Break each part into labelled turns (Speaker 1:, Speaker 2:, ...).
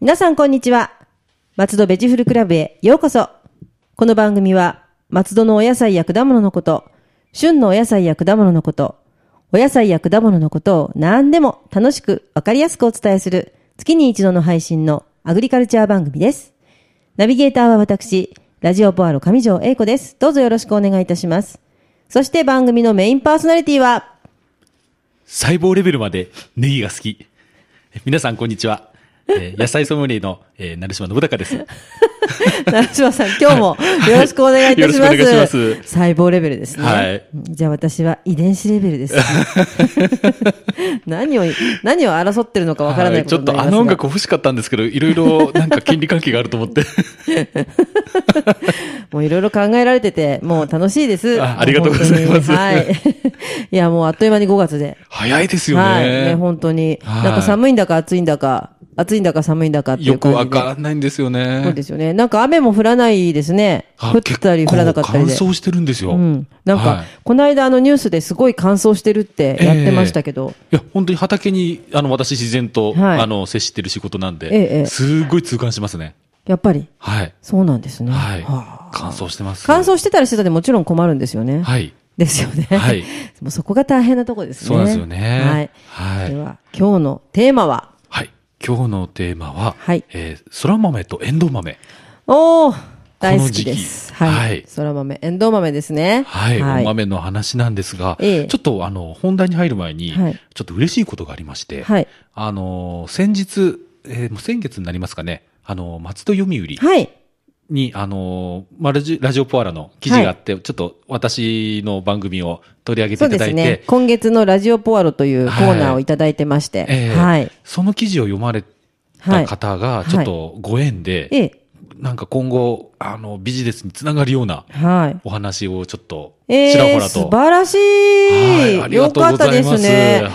Speaker 1: 皆さんこんにちは。松戸ベジフルクラブへようこそ。この番組は、松戸のお野菜や果物のこと、旬のお野菜や果物のこと、お野菜や果物のことを何でも楽しくわかりやすくお伝えする、月に一度の配信のアグリカルチャー番組です。ナビゲーターは私、ラジオポアロ上条英子です。どうぞよろしくお願いいたします。そして番組のメインパーソナリティは、
Speaker 2: 細胞レベルまでネギが好き。え皆さん、こんにちは。えー野菜ソムリエの、えー、成島信孝です。
Speaker 1: 長島さん、今日もよろしくお願いいたします。
Speaker 2: はいよろしくお願いします
Speaker 1: 細胞レベルですね。
Speaker 2: はい
Speaker 1: じゃあ私は遺伝子レベル です。何を、何を争ってるのかわからな
Speaker 2: はいい
Speaker 1: こ
Speaker 2: ち
Speaker 1: と
Speaker 2: ょっ
Speaker 1: になりま
Speaker 2: とあ
Speaker 1: すが
Speaker 2: の音楽欲しかったんですけど、いろいろなんか権利関係があると思って。
Speaker 1: もういろいろ考えられてて、もう楽しいです。
Speaker 2: あありがとうございま
Speaker 1: もう本
Speaker 2: す
Speaker 1: 当にはい。いや、もうあっという間に5月で。
Speaker 2: 早いです よ
Speaker 1: はい。ね、
Speaker 2: ね。
Speaker 1: 本当に。
Speaker 2: はい
Speaker 1: なんか寒いんだか暑いんだか、暑いんだか寒いんだかってい
Speaker 2: よ
Speaker 1: う感
Speaker 2: く
Speaker 1: じで。
Speaker 2: わからないんですよ
Speaker 1: そう
Speaker 2: ね。
Speaker 1: ですよね。なんか雨も降らないですね。
Speaker 2: あ
Speaker 1: 降ったり降らなかったりで。
Speaker 2: 結構乾燥してるんですよ。
Speaker 1: うん。なんか、
Speaker 2: はい
Speaker 1: この間あのニュースですごい乾燥してるってやってましたけど。
Speaker 2: いや、本当に畑に、あの、私自然と、
Speaker 1: はい
Speaker 2: あの、接してる仕事なんで、
Speaker 1: ええええ
Speaker 2: すごい痛感しますね。
Speaker 1: やっぱり、
Speaker 2: はい。
Speaker 1: そうなんですね。
Speaker 2: はい。
Speaker 1: はあ
Speaker 2: 乾燥してます。
Speaker 1: 乾燥してたらしてたでもちろん困るんですよね。
Speaker 2: はい。
Speaker 1: ですよね。
Speaker 2: はい
Speaker 1: もうそこが大変なとこですね。
Speaker 2: そうなんですよね
Speaker 1: はい。
Speaker 2: はい
Speaker 1: では、今日のテーマは、
Speaker 2: はい。今日のテーマは、
Speaker 1: はい
Speaker 2: えー、そら豆とエンドウ豆。
Speaker 1: おー大好きです。
Speaker 2: この時期
Speaker 1: は
Speaker 2: はいい。
Speaker 1: そら豆、エンドウ豆ですね。
Speaker 2: はい、お豆の話なんですが、
Speaker 1: ええ
Speaker 2: ちょっとあの、本題に入る前に、
Speaker 1: はい
Speaker 2: ちょっと嬉しいことがありまして、
Speaker 1: はい
Speaker 2: あの、先日、えーもう先月になりますかね、あの、松戸読売
Speaker 1: はい。
Speaker 2: に、あの、まあラジラジオポアラの記事があって、ちょっと私の番組を取り上げて
Speaker 1: そ
Speaker 2: いうた
Speaker 1: で
Speaker 2: だ
Speaker 1: す
Speaker 2: い
Speaker 1: ね
Speaker 2: て。、
Speaker 1: 今月のラジオポアロというコーナーをいただいてまして。
Speaker 2: えー
Speaker 1: はい。
Speaker 2: その記事を読まれ
Speaker 1: は
Speaker 2: た
Speaker 1: い
Speaker 2: 方が、ちょっとご縁で、
Speaker 1: ええ。
Speaker 2: なんか今後、あの、ビジネスにつながるような
Speaker 1: はい。
Speaker 2: お話をちょっと、
Speaker 1: え
Speaker 2: ちらほ
Speaker 1: ー、
Speaker 2: らと。
Speaker 1: 素晴らし
Speaker 2: はいあ
Speaker 1: い。
Speaker 2: りが
Speaker 1: よ
Speaker 2: とう
Speaker 1: かっ
Speaker 2: ござ
Speaker 1: た
Speaker 2: います
Speaker 1: ですね。
Speaker 2: はい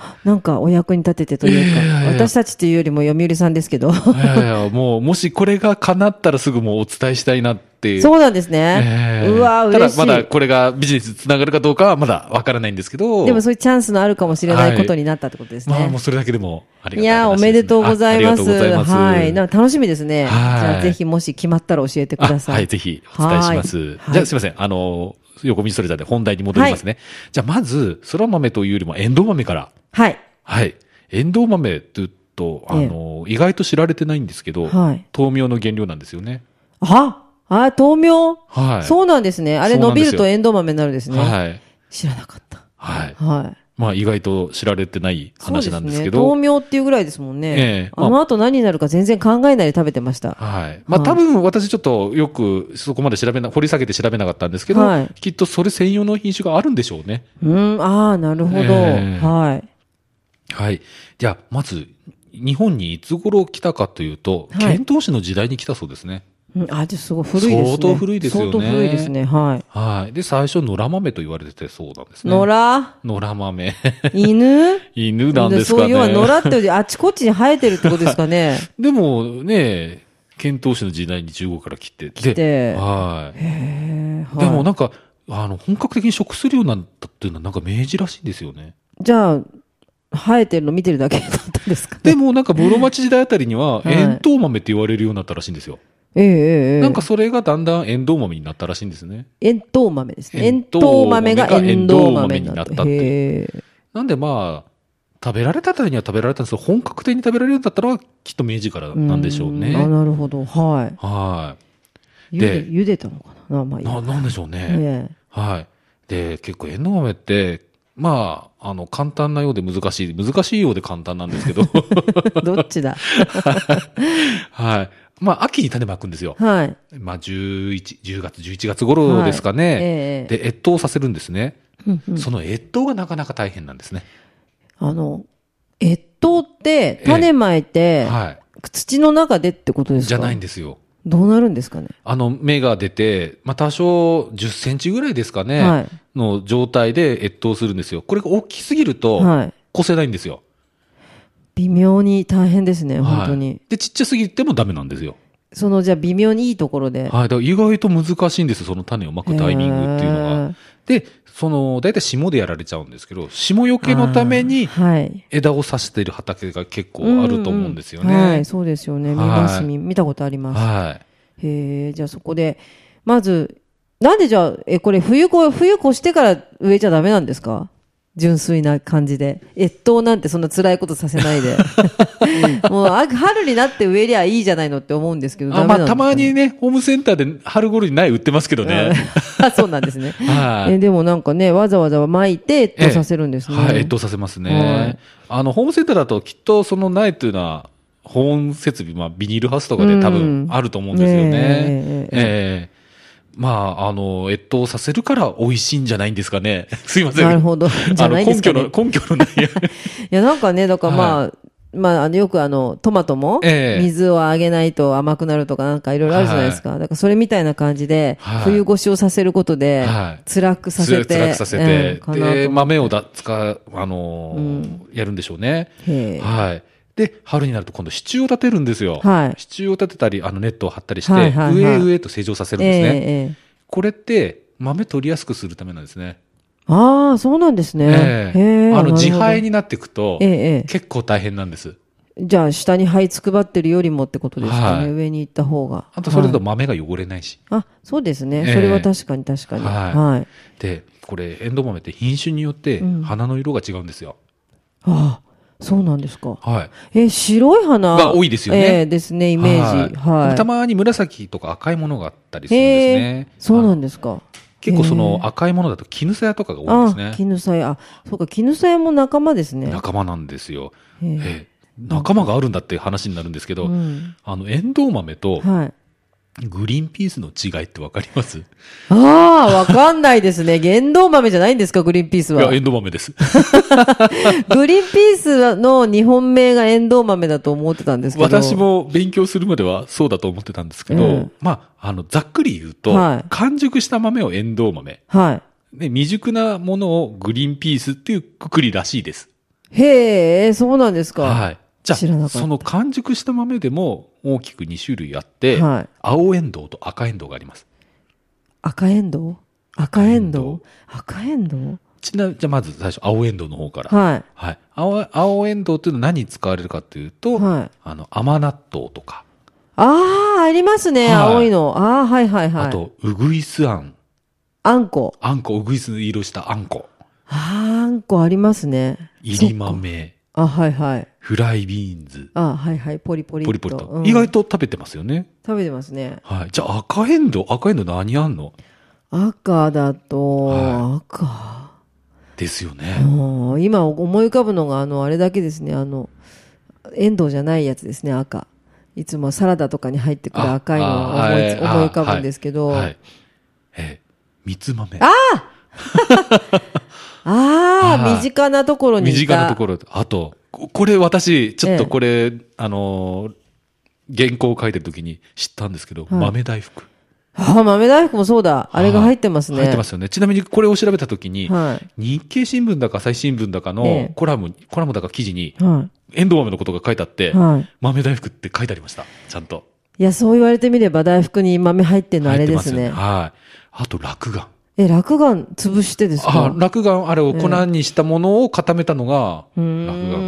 Speaker 1: あ、なんかお役に立ててという
Speaker 2: いやいやい
Speaker 1: か、
Speaker 2: や
Speaker 1: 私たちというよりも読売さんですけど。
Speaker 2: いやいや、もう、もしこれが叶ったらすぐもうお伝えしたいなって。
Speaker 1: そうなんですね
Speaker 2: え。え
Speaker 1: うわー、嬉
Speaker 2: ただ、
Speaker 1: し
Speaker 2: まだ
Speaker 1: い。
Speaker 2: これがビジネスにつながるかどうかはまだわからないんですけど。
Speaker 1: でもそういうチャンスのあるかもしれないことになったってことです
Speaker 2: まあ、も
Speaker 1: ね
Speaker 2: う。それだけでもありがた
Speaker 1: い
Speaker 2: い
Speaker 1: やー、お
Speaker 2: 話すね
Speaker 1: めでとうございま
Speaker 2: あ
Speaker 1: す。
Speaker 2: ありがとうございます。
Speaker 1: はい。なんか楽しみですね。じ
Speaker 2: はい
Speaker 1: ゃあぜひもし決まったら教えてください。
Speaker 2: あはい、ぜひお伝えします。
Speaker 1: はい
Speaker 2: じゃあ、すいません。あの、横道それたんで本題に戻りますね。じゃあ、まず、空豆というよりもエンドウ豆から。
Speaker 1: はい。
Speaker 2: はい。エンドウ豆って言うと、あの、意外と知られてないんですけど、
Speaker 1: はい
Speaker 2: 豆苗の原料なんですよね。
Speaker 1: あ、あ、豆苗
Speaker 2: はい。
Speaker 1: そうなんですね。あれ
Speaker 2: そう
Speaker 1: 伸
Speaker 2: なんで
Speaker 1: び
Speaker 2: すよ
Speaker 1: るとエンドウ豆になるんですね。
Speaker 2: はい。
Speaker 1: 知らなかった。
Speaker 2: はい。
Speaker 1: はい。
Speaker 2: まあ、意外と知られてない話なんですけ
Speaker 1: そう
Speaker 2: ど。
Speaker 1: ね、豆苗っていうぐらいですもんね。
Speaker 2: ええまあ
Speaker 1: あの後何になるか全然考えないで食べてました。
Speaker 2: はい。まあ、
Speaker 1: はい
Speaker 2: 多分私ちょっとよくそこまで調べな、掘り下げて調べなかったんですけど、
Speaker 1: はい
Speaker 2: きっとそれ専用の品種があるんでしょうね。
Speaker 1: うん、ああ、なるほど。
Speaker 2: ええ
Speaker 1: はい。
Speaker 2: はい。じゃあ、まず、日本にいつ頃来たかというと、
Speaker 1: はい
Speaker 2: 遣唐使の時代に来たそうですね。
Speaker 1: うんあ、じゃあすごい古いですね。
Speaker 2: 相当古いですよね
Speaker 1: 相当古いですね。はい。
Speaker 2: はい。で、最初、野良豆と言われててそうなんですね。
Speaker 1: 野良、
Speaker 2: 野良豆。
Speaker 1: 犬
Speaker 2: 犬なんです
Speaker 1: そ
Speaker 2: か
Speaker 1: う、
Speaker 2: ね。
Speaker 1: 要は野良ってよりあちこちに生えてるってことですかね。
Speaker 2: でもね、遣唐使の時代に中国から来て。 来
Speaker 1: て
Speaker 2: はい。
Speaker 1: へえはい
Speaker 2: でもなんか、あの、本格的に食するようになったっていうのはなんか明治らしいんですよね。
Speaker 1: じゃあ、生えてるの見てるだけだったんですかね。
Speaker 2: でもなんか室町時代あたりには、
Speaker 1: い
Speaker 2: 円筒豆って言われるようになったらしいんですよ。
Speaker 1: ええええええ。
Speaker 2: なんかそれがだんだん円筒豆になったらしいんですね。
Speaker 1: 円筒豆ですね。円
Speaker 2: 円筒
Speaker 1: 筒豆
Speaker 2: 豆
Speaker 1: が
Speaker 2: が
Speaker 1: 円筒豆になっ。
Speaker 2: 円筒豆になったたって
Speaker 1: へえ。
Speaker 2: なんでまあ、食べられた時には食べられたんですけど、本格的に食べられるようになったのはきっと明治からなんでしょう
Speaker 1: ーんあ、
Speaker 2: ね。
Speaker 1: なるほど。はい。
Speaker 2: は
Speaker 1: 茹で
Speaker 2: で、
Speaker 1: 茹でたのかななまあい
Speaker 2: い。
Speaker 1: いや
Speaker 2: な、なんでしょうね。
Speaker 1: ええ
Speaker 2: はい。で、結構円筒豆って、まあ、あの、簡単なようで難しい。難しいようで簡単なんです けど。
Speaker 1: どっ ちだ
Speaker 2: はい。まあ、秋に種まくんですよ。
Speaker 1: はい。
Speaker 2: まあ、11、10月、11月頃ですかね。
Speaker 1: ええ
Speaker 2: で、越冬させるんですね。
Speaker 1: うんうん
Speaker 2: その越冬がなかなか大変なんですね。
Speaker 1: あの、越冬って
Speaker 2: え
Speaker 1: 種まいて、
Speaker 2: は
Speaker 1: 土の中でってこと
Speaker 2: い。
Speaker 1: ですか
Speaker 2: じゃないんですよ。
Speaker 1: どうなるんですかね
Speaker 2: あの、芽が出て、まあ、多少10センチぐらいですかね。
Speaker 1: はい
Speaker 2: の状態で越冬するんですよ。これが大きすぎると、
Speaker 1: はい
Speaker 2: 越せないんですよ。
Speaker 1: 微妙に大変ですね、本当
Speaker 2: はい
Speaker 1: に。
Speaker 2: で、ちっちゃすぎてもダメなんですよ。
Speaker 1: そのじゃあ微妙にいいところで。
Speaker 2: はい。だから意外と難しいんですよ、その種をまくタイミングっていうの
Speaker 1: へ
Speaker 2: が
Speaker 1: ー。
Speaker 2: で、その、大体霜でやられちゃうんですけど、霜よけのために
Speaker 1: あーはい。
Speaker 2: 枝を刺してる畑が結構あると思うんですよね。
Speaker 1: うはい、そうですよね。見ます、
Speaker 2: はい
Speaker 1: 見見たことあります。
Speaker 2: はい。
Speaker 1: へえ、じゃあそこで、まず、なんでじゃあ、え、これ冬越、冬越してから植えちゃダメなんですか純粋な感じで。越冬なんてそんな辛いことさせない で。もう、あ春になって植えりゃいいじゃないのって思うんですけど、ダ
Speaker 2: あ
Speaker 1: メ
Speaker 2: ま
Speaker 1: なんで
Speaker 2: あ、
Speaker 1: すか
Speaker 2: たまにね、ホームセンターで春頃に苗売ってますけどね。
Speaker 1: あそうなん ですね。
Speaker 2: はい
Speaker 1: え、。でもなんかね、わざわざ巻いて越
Speaker 2: ええ
Speaker 1: 冬させるんですね。
Speaker 2: はい、越冬させますね。
Speaker 1: はい
Speaker 2: あの、ホームセンターだときっとその苗というのは、保温設備、まあ、ビニールハウスとかで多
Speaker 1: うん
Speaker 2: 分あると思うんですよ
Speaker 1: ね
Speaker 2: ね。え
Speaker 1: え
Speaker 2: えまあ、あの、越冬させるから美味しいんじゃないんですかね。 すいません。
Speaker 1: なるほど。じゃ
Speaker 2: あ
Speaker 1: な
Speaker 2: の、
Speaker 1: いんで
Speaker 2: 根
Speaker 1: す
Speaker 2: 拠
Speaker 1: か、
Speaker 2: の、
Speaker 1: ね。
Speaker 2: 根拠のない。
Speaker 1: いや、なんかね、だからまあ、
Speaker 2: は
Speaker 1: まあ、あのよくあの、トマトも、
Speaker 2: ええ
Speaker 1: 水をあげないと甘くなるとかなんかいろいろあるじゃないですか。だからそれみたいな感じで、
Speaker 2: はい
Speaker 1: 冬越しをさせることで、
Speaker 2: はい
Speaker 1: 辛くさせて、
Speaker 2: 辛くさせ
Speaker 1: うん
Speaker 2: て、
Speaker 1: かなと
Speaker 2: で、豆をだ、使う、あのーやるんでしょうね。
Speaker 1: へえ
Speaker 2: はい。で、春になると今度支柱を立てるんですよ。
Speaker 1: はい
Speaker 2: 支柱を立てたり、あの、ネットを張ったりして、
Speaker 1: はいはいはい
Speaker 2: 上へ上へと成長させるん
Speaker 1: え
Speaker 2: です
Speaker 1: え
Speaker 2: ね。
Speaker 1: ええ
Speaker 2: これって、豆取りやすくするためなんですね。
Speaker 1: ああ、そうなんですね。
Speaker 2: ええ
Speaker 1: へえ
Speaker 2: あの、自
Speaker 1: なる
Speaker 2: 敗
Speaker 1: ほど
Speaker 2: になっていくと、
Speaker 1: えええ
Speaker 2: 結構大変なんです。
Speaker 1: えじゃあ、下に這いつくばってるよりもってことですかね。
Speaker 2: はい
Speaker 1: 上に行った方が。
Speaker 2: あと、それだと
Speaker 1: はい
Speaker 2: 豆が汚れないし。
Speaker 1: あ、そうですね。
Speaker 2: ええ
Speaker 1: それは確かに確かに。
Speaker 2: はい
Speaker 1: はい。
Speaker 2: で、これ、エンドウ豆って品種によって、花の色が違うんですよ。
Speaker 1: ああ、そうなんですか。
Speaker 2: はい。
Speaker 1: え、白い花
Speaker 2: が多いですよね
Speaker 1: ええですね、イメージ。はい。
Speaker 2: たまに紫とか赤いものがあったりするん
Speaker 1: へ
Speaker 2: で
Speaker 1: え
Speaker 2: すね。
Speaker 1: そうな
Speaker 2: あ
Speaker 1: んですか。
Speaker 2: 結構そ
Speaker 1: へえ
Speaker 2: の赤いものだと絹さやとかが多いです
Speaker 1: あ、
Speaker 2: ね。
Speaker 1: 絹さや。あ、そうか、絹さやも仲間ですね。
Speaker 2: 仲間なんですよ。
Speaker 1: へえ
Speaker 2: ええ仲間があるんだって話になるんですけど、
Speaker 1: うん
Speaker 2: あの、エンドウ豆と
Speaker 1: はい。
Speaker 2: グリーンピースの違いってわかりますい
Speaker 1: ああ、わかんないですね。 原動豆じゃないんですか、グリーンピースは
Speaker 2: や、。エンドウ 豆です。
Speaker 1: グリーンピースの日本名が遠動豆だと思ってたんですけど。
Speaker 2: 私。も勉強するまではそうだと思ってたんですけど、
Speaker 1: うん
Speaker 2: まあ、あの、ざっくり言うと、
Speaker 1: はい
Speaker 2: 完熟した豆をエンドウ豆。
Speaker 1: は
Speaker 2: で、未熟なものをグリーンピースっていうくくりらしいです。
Speaker 1: い。へえ、そうなんですか。
Speaker 2: はい。じゃ
Speaker 1: 知らなか
Speaker 2: あ、
Speaker 1: った
Speaker 2: その完熟した豆でも大きく2種類あって、
Speaker 1: はい
Speaker 2: 青エンドウと赤エンドウがあります。
Speaker 1: 赤エンドウ赤エンドウ赤エンドウ
Speaker 2: ちな、じゃあまず最初、青エンドウの方から。はい。
Speaker 1: は
Speaker 2: 青、青エンドウっていうのは何に使われるかっていう
Speaker 1: い。
Speaker 2: と、
Speaker 1: はい。
Speaker 2: あの、甘納豆とか、
Speaker 1: ああ、ありますね、
Speaker 2: はい
Speaker 1: 青いの。ああ、はいはいはい。
Speaker 2: あと、うぐいすあん。
Speaker 1: あんこ。
Speaker 2: あんこ、うぐいすの色したあんこ。
Speaker 1: あーあんこありますね。
Speaker 2: いり豆、
Speaker 1: あ、はいはい。
Speaker 2: フライビーンズ、
Speaker 1: あ、はいはい。ポリポリっ
Speaker 2: ポリポリと。
Speaker 1: うん
Speaker 2: 意外と食べてますよね。
Speaker 1: 食べてますね。
Speaker 2: はい。じゃあ、赤エンドウ、赤エンドウ何あんの
Speaker 1: 赤だと、
Speaker 2: は
Speaker 1: 赤。
Speaker 2: ですよね。
Speaker 1: もう今思い浮かぶのが、あの、あれだけですね。あの、エンドウじゃないやつですね、赤。いつもサラダとかに入ってくる
Speaker 2: あ
Speaker 1: 赤いのを思い,、
Speaker 2: あはい
Speaker 1: 思い浮かぶんですけど、
Speaker 2: あはいはいえー三つ豆。
Speaker 1: ああ、
Speaker 2: はい
Speaker 1: 身近なところにい
Speaker 2: 身
Speaker 1: た。
Speaker 2: 近なところ。あと、ここれ私、ちょっとこれ、あのー、原稿を書いてる時に知ったんですけど、
Speaker 1: い
Speaker 2: 豆大福。
Speaker 1: あー豆大福もそうだ。あれが入ってますね。
Speaker 2: 入ってますよね。ちなみにこれを調べた時に、
Speaker 1: はい
Speaker 2: 日経新聞だか朝日新聞だか
Speaker 1: え
Speaker 2: の
Speaker 1: え
Speaker 2: コラム、コラムだか記事に、
Speaker 1: は
Speaker 2: エンドウ豆のことが書いてあって、
Speaker 1: い。はい。
Speaker 2: 豆大福って書いてありました。ちゃんと。
Speaker 1: いや、そう言われてみれば大福に豆入ってんのあれです
Speaker 2: 入っ
Speaker 1: ね。
Speaker 2: てますよはい。あと、落眼。
Speaker 1: え、落眼潰してですか
Speaker 2: あ、落眼、あれを粉にしたものを固めたのが、
Speaker 1: う
Speaker 2: 落眼。
Speaker 1: ー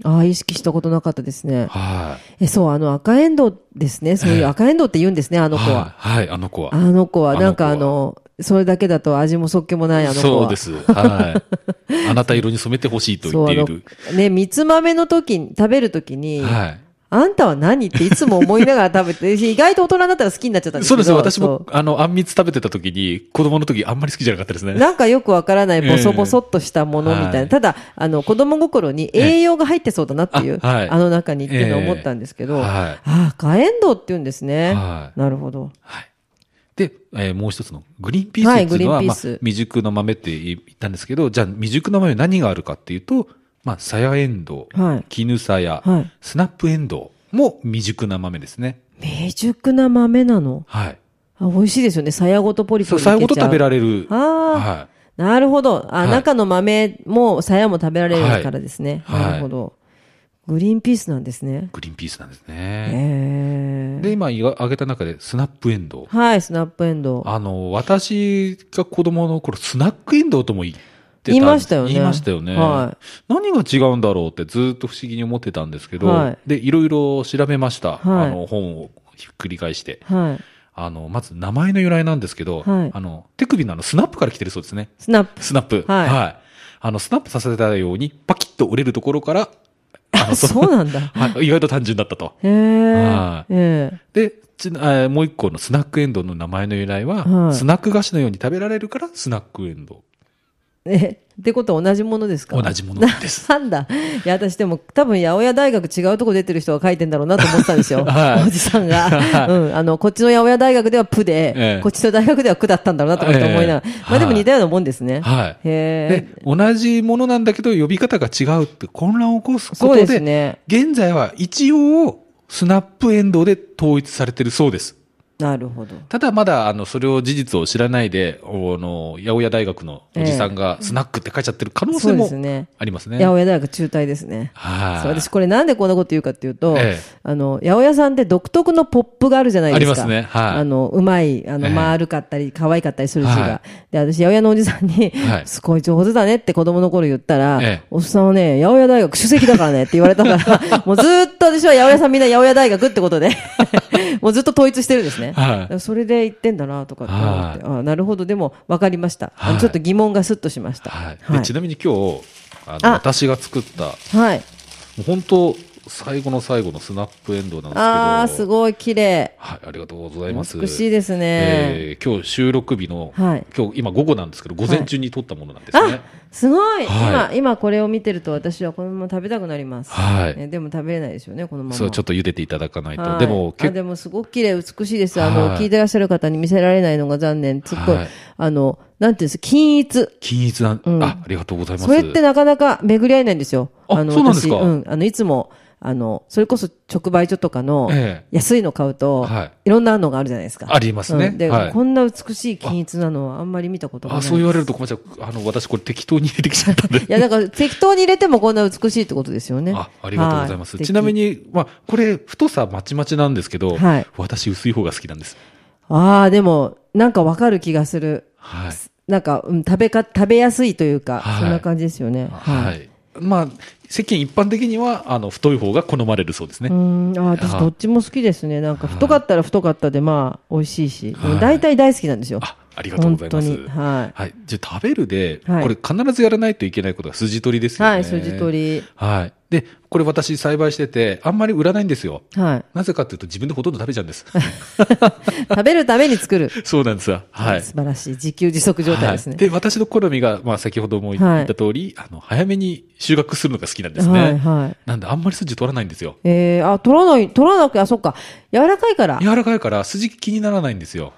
Speaker 1: ん。ああ、意識したことなかったですね。
Speaker 2: はい。
Speaker 1: え、そう、あの赤エンドウですね。そうい
Speaker 2: ええ
Speaker 1: う赤エンドウって言うんですね、あの子は。
Speaker 2: はい、はい、あの子は。
Speaker 1: あの子は、
Speaker 2: あの子は
Speaker 1: なんかあの、それだけだと味もそっけもないあの子は。
Speaker 2: そうです。はい。あなた色に染めてほしいと言
Speaker 1: そ
Speaker 2: っ
Speaker 1: う、
Speaker 2: て
Speaker 1: あ
Speaker 2: い
Speaker 1: の
Speaker 2: る。、
Speaker 1: ね、三つ豆の時に、食べる時に、
Speaker 2: は
Speaker 1: あんたは何っていつも思いながら食べて、意外と大人になったら好きになっちゃったん
Speaker 2: い。
Speaker 1: です
Speaker 2: そ
Speaker 1: け
Speaker 2: う
Speaker 1: ど
Speaker 2: です。
Speaker 1: そ
Speaker 2: 私も
Speaker 1: う、
Speaker 2: あの、あんみつ食べてた時に、子供の時あんまり好きじゃなかったですね。
Speaker 1: なんかよくわからないボソボソっとしたものみたいな、
Speaker 2: ええ
Speaker 1: ただあの子供心に栄養が入ってそうだなっていう、
Speaker 2: あ
Speaker 1: あ,、
Speaker 2: はい
Speaker 1: の中にっていうのを思ったんですけど、
Speaker 2: ええはい
Speaker 1: ああ火炎道っていうんですね、
Speaker 2: はい
Speaker 1: なるほど
Speaker 2: はい。で、えーもう一つの、グリーンピースっていうのは、
Speaker 1: はいグリーンピー
Speaker 2: まあ
Speaker 1: ス、
Speaker 2: 未熟の豆って言ったんですけど、じゃあ、未熟の豆何があるかっていうと、まあ、さやエンドウ、
Speaker 1: はい
Speaker 2: 絹さや、
Speaker 1: はい
Speaker 2: スナップエンドウも未熟な豆ですね。
Speaker 1: 未熟な豆なの
Speaker 2: はい。
Speaker 1: あ美味しいですよねさやごとポリポ
Speaker 2: そう、
Speaker 1: リいけち
Speaker 2: さ
Speaker 1: ゃ
Speaker 2: や
Speaker 1: う
Speaker 2: ごと食べられる。
Speaker 1: あー
Speaker 2: はい。
Speaker 1: なるほどあ、
Speaker 2: はい
Speaker 1: 中の豆もさやも食べられるからですね、
Speaker 2: はい
Speaker 1: なるほどグリーンピースなんですね
Speaker 2: グリーンピースなんですね。
Speaker 1: えね。
Speaker 2: で、今言わ挙げた中で、スナップエンドウ。
Speaker 1: はい、スナップエンドウ。
Speaker 2: あの、私が子供の頃、スナックエンドウとも言ってた
Speaker 1: 言いましたよね
Speaker 2: 言いましたよね。
Speaker 1: は
Speaker 2: 何が違うんだろうってずっと不思議に思ってたんですけど、
Speaker 1: はい
Speaker 2: で、いろいろ調べました。
Speaker 1: はい
Speaker 2: あの、本をひっくり返して。
Speaker 1: はい。
Speaker 2: あの、まず名前の由来なんですけど、
Speaker 1: はい
Speaker 2: あの、手首のあの、スナップから来てるそうですね。
Speaker 1: スナップ。
Speaker 2: スナップ。
Speaker 1: はい
Speaker 2: あの、スナップさせたように、パキッと折れるところから、あの
Speaker 1: あそうなんだ。
Speaker 2: はい、意外と単純だったと。
Speaker 1: へ
Speaker 2: は
Speaker 1: え。
Speaker 2: い
Speaker 1: ええ。
Speaker 2: で、ちなあもう一個のスナックエンドウの名前の由来は、
Speaker 1: はい
Speaker 2: スナック菓子のように食べられるから、スナックエンドウ。
Speaker 1: え、ってことは同じものですか
Speaker 2: 同じものです。
Speaker 1: なんだいや、私でも多分八百屋大学違うとこ出てる人が書いてんだろうなと思ってたんですよ。
Speaker 2: はい
Speaker 1: おじさんが。うん。あの、こっちの八百屋大学ではプで、
Speaker 2: ええ
Speaker 1: こっちの大学では区だったんだろうなとかって思いながら。
Speaker 2: ええ
Speaker 1: まあでも似たようなもんですね。
Speaker 2: はい。で
Speaker 1: へえ。、
Speaker 2: 同じものなんだけど、呼び方が違うって混乱を起こす
Speaker 1: そう
Speaker 2: こと
Speaker 1: です
Speaker 2: で、
Speaker 1: ね。
Speaker 2: 現在は一応、スナップエンドウで統一されてるそうです。
Speaker 1: なるほど。
Speaker 2: ただまだ、あの、それを事実を知らないで、おあの、八百屋大学のおじさんが、スナックって書いちゃってる可能
Speaker 1: そ
Speaker 2: 性
Speaker 1: うで
Speaker 2: も
Speaker 1: すね。
Speaker 2: ありますね。
Speaker 1: 八百屋大学中退ですね。
Speaker 2: はい。
Speaker 1: そう私これなんでこんなこと言うかっていうと、
Speaker 2: ええ
Speaker 1: あの八百屋さんって独特のポップがあるじゃないですか。
Speaker 2: ありますねはい
Speaker 1: あのうまいあの
Speaker 2: ええ
Speaker 1: 丸かったり可愛かったりする字が、
Speaker 2: は
Speaker 1: で私八百屋のおじさんに、
Speaker 2: はい
Speaker 1: すごい上手だねって子供の頃言ったら、
Speaker 2: ええ
Speaker 1: おっさんはね八百屋大学首席だからねって言われたから もうずーっと私は八百屋さんみんな八百屋大学ってことでもうずっと統一してるんですね。
Speaker 2: はい
Speaker 1: それで言ってんだなとかって思って、あなるほどでも分かりました、あの
Speaker 2: はい
Speaker 1: ちょっと疑問がスッとしました。
Speaker 2: はいで
Speaker 1: はい
Speaker 2: ちなみに今日、あの
Speaker 1: あ
Speaker 2: 私が作った、も
Speaker 1: はいう
Speaker 2: 本当、最後の最後のスナップエンドウなんですけど。
Speaker 1: ああすごい綺麗
Speaker 2: はい、ありがとうございます。
Speaker 1: 美しいですね。
Speaker 2: えー今日収録日の、
Speaker 1: はい
Speaker 2: 今日今午後なんですけど、午前中に撮ったものなんですね。
Speaker 1: すごい、
Speaker 2: は
Speaker 1: 今今これを見てると私はこのまま食べたくなります、
Speaker 2: はい
Speaker 1: ね、でも食べれないですよねこのまま
Speaker 2: そう、ちょっ
Speaker 1: っ
Speaker 2: と茹でていただかないと。
Speaker 1: はい、
Speaker 2: でも、
Speaker 1: あ
Speaker 2: 結
Speaker 1: でもすごく綺麗美しいですあの、
Speaker 2: はい
Speaker 1: 聞いてらっしゃる方に見せられないのが残念すっごい、
Speaker 2: はい
Speaker 1: あのなんていうんです均一
Speaker 2: 均一な、
Speaker 1: うん
Speaker 2: あ、ありがとうございます。
Speaker 1: それってなかなか巡り合えないんですよ
Speaker 2: あ
Speaker 1: の
Speaker 2: そうなんですか
Speaker 1: 私うん、あのいつもあのそれこそ直売所とかの
Speaker 2: ええ
Speaker 1: 安いの買うと、
Speaker 2: はい
Speaker 1: い、ろんなのがあるじゃないですか
Speaker 2: ありますね
Speaker 1: うんで、
Speaker 2: はい
Speaker 1: こんな美しい均一なのはあんまり見たことがない
Speaker 2: あ、そう言われるとごめんなさい。あの、私これ適当に入れてきちゃったんで。
Speaker 1: いや、だから適当に入れてもこんな美しいってことですよね。
Speaker 2: あありがとうございます。
Speaker 1: は
Speaker 2: ちなみ。
Speaker 1: 素敵
Speaker 2: に、まあ、これ、太さまちまちなんですけど、
Speaker 1: はい
Speaker 2: 私、薄い方が好きなんです。
Speaker 1: ああ、でも、なんかわかる気がする。
Speaker 2: はい。
Speaker 1: なんか、うん、食べか、食べやすいというか、
Speaker 2: はい
Speaker 1: そんな感じですよね。。
Speaker 2: はいい。まあ、世間一般的には、あの、太い方が好まれるそうですね。
Speaker 1: うん、あー私
Speaker 2: はい
Speaker 1: どっちも好きですね。なんか
Speaker 2: はい
Speaker 1: 太かったら太かったで、まあ、美味しいし、
Speaker 2: はい
Speaker 1: 大体大好きなんですよ。
Speaker 2: あ、ありがとうございます。
Speaker 1: 本当にはい
Speaker 2: はい。じゃあ食べるで、
Speaker 1: はい
Speaker 2: これ必ずやらないといけないことが筋取りですよね。
Speaker 1: はい、筋取り。
Speaker 2: はい。で、これ私栽培してて、あんまり売らないんですよ。
Speaker 1: はい。
Speaker 2: なぜかっていうと自分でほとんど食べちゃうん です。
Speaker 1: 食べるために作る。
Speaker 2: そうなんですよ。はい。
Speaker 1: 素晴らしい。自給自足状態ですね
Speaker 2: はい。で、私の好みが、まあ先ほども言った通り、あの、早めに収穫するのが好きなんですね。
Speaker 1: はい、はい。
Speaker 2: なんであんまり筋取らないんですよ。
Speaker 1: えー、あ、取らない、取らなくて、あ、そっか。柔らかいから。
Speaker 2: 柔らかいから筋気にならないんですよ。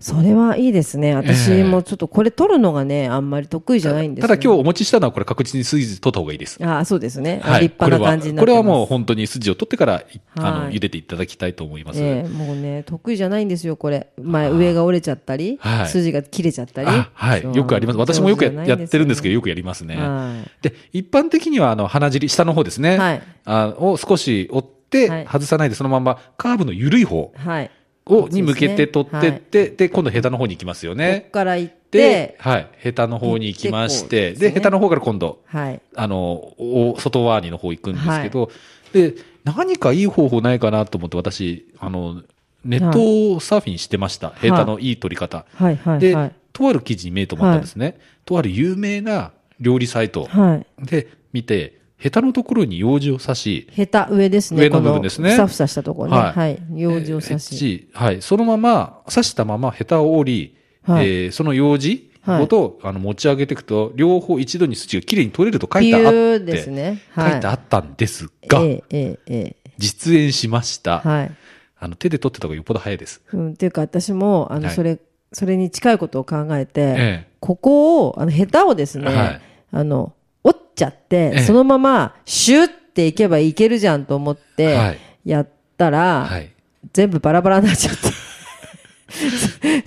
Speaker 1: それはいいですね。
Speaker 2: ええ
Speaker 1: 私もちょっとこれ取るのがね、あんまり得意じゃないんです
Speaker 2: た
Speaker 1: よ
Speaker 2: だ今日お持ちしたのはこれ確実に筋取った方がいいです。
Speaker 1: ああ、そうですね。あ
Speaker 2: はい、
Speaker 1: 立
Speaker 2: こ
Speaker 1: 派な
Speaker 2: れは
Speaker 1: 感じにな
Speaker 2: こ
Speaker 1: って
Speaker 2: れ
Speaker 1: ます。
Speaker 2: はもう本当に筋を取ってから、いあの
Speaker 1: はい
Speaker 2: 茹でていただきたいと思います。
Speaker 1: ええもうね、得意じゃないんですよ、これ。前、上が折れちゃったり、
Speaker 2: はい
Speaker 1: 筋が切れちゃったり。
Speaker 2: あはい、よくあります。私もよくややってるんですけど、よくやりますね。
Speaker 1: は
Speaker 2: で、一般的には、あの、鼻尻、下の方ですね。
Speaker 1: はい
Speaker 2: あを少し折っ
Speaker 1: は
Speaker 2: て、
Speaker 1: い
Speaker 2: 外さないで、そのまんま、カーブの緩い方
Speaker 1: ど。はい。
Speaker 2: を、に向けて取ってっ
Speaker 1: はい
Speaker 2: て、で、今度、ヘタの方に行きますよ
Speaker 1: こ
Speaker 2: ね
Speaker 1: こ。から行って、、
Speaker 2: ではい、ヘタの方に行きまし
Speaker 1: 行
Speaker 2: て、
Speaker 1: ってこうです
Speaker 2: で、
Speaker 1: ね
Speaker 2: ヘタの方から今度、
Speaker 1: はい。
Speaker 2: あの、お外側にの方行くんですけど、で、何かいい方法ないかなと思って、私、あの、ネットサーフィンしてました。ヘタのいい取り方。
Speaker 1: はい、はい、
Speaker 2: で、
Speaker 1: はい。
Speaker 2: とある記事に目とまったんですね。とある有名な料理サイト
Speaker 1: はい。
Speaker 2: で見て、ヘタのところに楊枝を刺し、
Speaker 1: ヘタ上ですね。
Speaker 2: 上の部分ですね
Speaker 1: このふさふさしたところね。
Speaker 2: はい
Speaker 1: はい。用事を刺し。
Speaker 2: えーはい。そのまま、刺したままヘタを折り、
Speaker 1: はい
Speaker 2: えーその楊枝ごと、あの持ち上げていくと、両方一度に筋がきれいに取れると書
Speaker 1: ビ
Speaker 2: いてあっ
Speaker 1: ュー
Speaker 2: て、
Speaker 1: ですね。
Speaker 2: 書
Speaker 1: はい
Speaker 2: てあったんですが、
Speaker 1: ええ、ええ、ええ。
Speaker 2: 実演しました。
Speaker 1: はい。
Speaker 2: あの手で取ってた方がよっぽど早いです。
Speaker 1: うん、っていうか私も、あの、
Speaker 2: はい
Speaker 1: それ、それに近いことを考えて、
Speaker 2: え
Speaker 1: ここを、あの、ヘタをですね、
Speaker 2: はい
Speaker 1: あの、折っちゃって、
Speaker 2: ええ
Speaker 1: そのまま、シュッていけばいけるじゃんと思って、
Speaker 2: はい
Speaker 1: やったら、
Speaker 2: はい。
Speaker 1: 全部バラバラになっちゃって。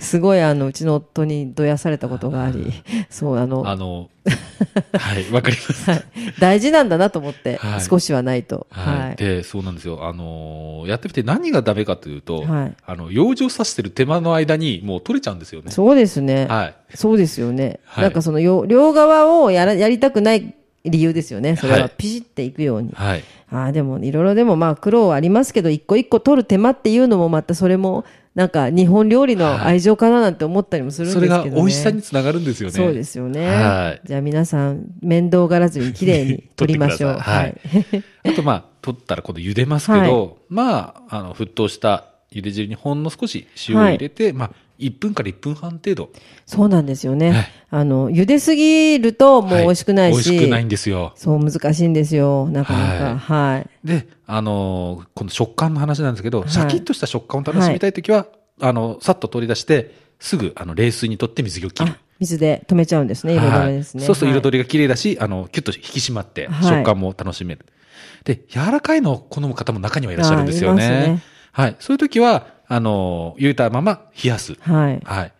Speaker 1: すごい、あの、うちの夫にどやされたことがあり、そう、あの、
Speaker 2: あの、 はい、わかります。
Speaker 1: はい大事なんだなと思って、
Speaker 2: はい
Speaker 1: 少しはないと。
Speaker 2: は。
Speaker 1: はいい。
Speaker 2: で、そうなんですよ。あのーやってみて何がダメかというと、
Speaker 1: はい
Speaker 2: あの、養生させてる手間の間にもう取れちゃうんですよね。
Speaker 1: そうですね。
Speaker 2: はい。
Speaker 1: そうですよね。
Speaker 2: はい
Speaker 1: なんかそのよ両側をやらやりたくない理由ですよね。それ
Speaker 2: は
Speaker 1: はいピシっていくように。
Speaker 2: はい。
Speaker 1: ああ、でもいろいろでもまあ苦労はありますけど、一個一個取る手間っていうのもまたそれもなんか日本料理の愛情かななんて思ったりもするんです
Speaker 2: そ
Speaker 1: け
Speaker 2: れ
Speaker 1: どね。
Speaker 2: が美味しさにつながるんですよね。
Speaker 1: そうですよね。
Speaker 2: は
Speaker 1: じゃあ皆さん面倒がらずに綺麗に取りましょう。
Speaker 2: 取ってください
Speaker 1: はい。
Speaker 2: あとまあ、取ったら今度茹でますけど、まあ、あの、沸騰した茹で汁にほんの少し塩を入れて、まあ、1分から1分半程度。
Speaker 1: そうなんですよね。
Speaker 2: はい
Speaker 1: あの、茹ですぎるともう
Speaker 2: は
Speaker 1: 美味しくないし、
Speaker 2: 美味しくないんですよ。
Speaker 1: そう難しいんですよ。なかなか。はい
Speaker 2: で、あのーこの食感の話なんですけど、
Speaker 1: はい
Speaker 2: シャキッとした食感を楽しみたいときは、あの、さっと取り出して、すぐ、あの、冷水にとって水気を切る
Speaker 1: あ。水で止めちゃうんですね、彩りですね。
Speaker 2: はいそうそう、
Speaker 1: はい
Speaker 2: 彩りが綺麗だし、あの、キュッと引き締まって、
Speaker 1: はい
Speaker 2: 食感も楽しめる。で、柔らかいのを好む方も中にはいらっしゃるんですよね。
Speaker 1: あいますね
Speaker 2: はい。そういう時は、あの、茹でたまま冷やす。
Speaker 1: はい。
Speaker 2: はい。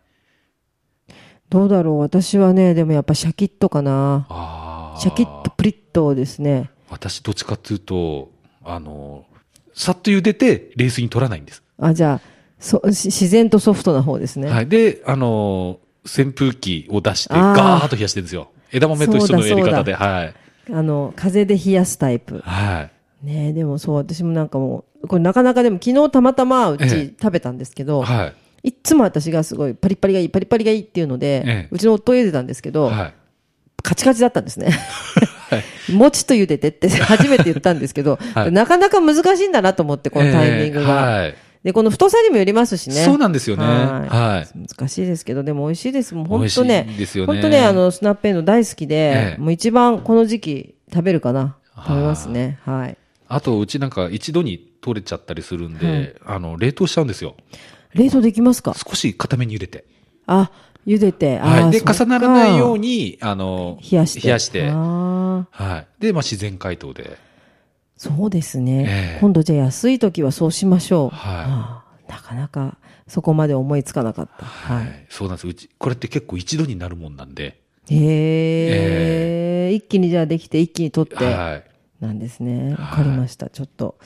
Speaker 1: どうだろう私はね、でもやっぱシャキッとかな。
Speaker 2: あー
Speaker 1: シャキッと。プリッとですね。
Speaker 2: 私、どっちかっていうと、あの、さっと茹でて、冷水に取らないんです。
Speaker 1: あ、じゃあ、そし自然とソフトな方ですね。
Speaker 2: はい。で、あの、扇風機を出して、
Speaker 1: あー
Speaker 2: ガーッと冷やしてるんですよ。枝豆と一緒のやり
Speaker 1: そうだ
Speaker 2: 方
Speaker 1: そう
Speaker 2: で、はい。
Speaker 1: あの、風で冷やすタイプ。
Speaker 2: はい。
Speaker 1: ねえでもそう、私もなんかもう、これなかなかでも昨日たまたまう
Speaker 2: ええ
Speaker 1: ち食べたんですけど、
Speaker 2: は
Speaker 1: い
Speaker 2: い。
Speaker 1: っつも私がすごいパリッパリがいい、パリッパリがいいっていうので、
Speaker 2: ええ
Speaker 1: うちの夫を茹でたんですけど、
Speaker 2: はい。
Speaker 1: カチカチだったんですね。 もちと茹でて って初めて言ったんですけど、
Speaker 2: はい
Speaker 1: なかなか難しいんだなと思って、このタイミングが。
Speaker 2: えーはい。
Speaker 1: で、この太さにもよりますしね。
Speaker 2: そうなんですよね。
Speaker 1: は。
Speaker 2: はい
Speaker 1: 難しいですけど、でも美味しいです。もう
Speaker 2: い。
Speaker 1: 本当
Speaker 2: 美味し
Speaker 1: ね
Speaker 2: い。ですよね。
Speaker 1: 本当ね、あ、の、スナッペンの大好き
Speaker 2: え
Speaker 1: で、
Speaker 2: え
Speaker 1: もう一番この時期食べるかな。
Speaker 2: あー
Speaker 1: 食べますね。はい。
Speaker 2: あと、うちなんか一度に取れちゃったりするんで、あの、冷凍しちゃうんですよ。
Speaker 1: 冷凍できますか
Speaker 2: 少し固めに茹でて。
Speaker 1: あ、茹でて。あー
Speaker 2: はい。で、
Speaker 1: そっか
Speaker 2: 重ならないように、あの、
Speaker 1: 冷やして。
Speaker 2: 冷やして
Speaker 1: あ。ー
Speaker 2: はい。で、まあ、自然解凍で。
Speaker 1: そうですね。
Speaker 2: ええ
Speaker 1: 今度じゃあ安い時はそうしましょう。
Speaker 2: はい
Speaker 1: ああなかなかそこまで思いつかなかった。
Speaker 2: は。
Speaker 1: はい
Speaker 2: そうなんです。うち、これって結構一度になるもんなんで。
Speaker 1: い。へえ。一気にじゃあできて一気に取って
Speaker 2: はい。
Speaker 1: なんですね。わ
Speaker 2: はい
Speaker 1: かりました。ちょっと。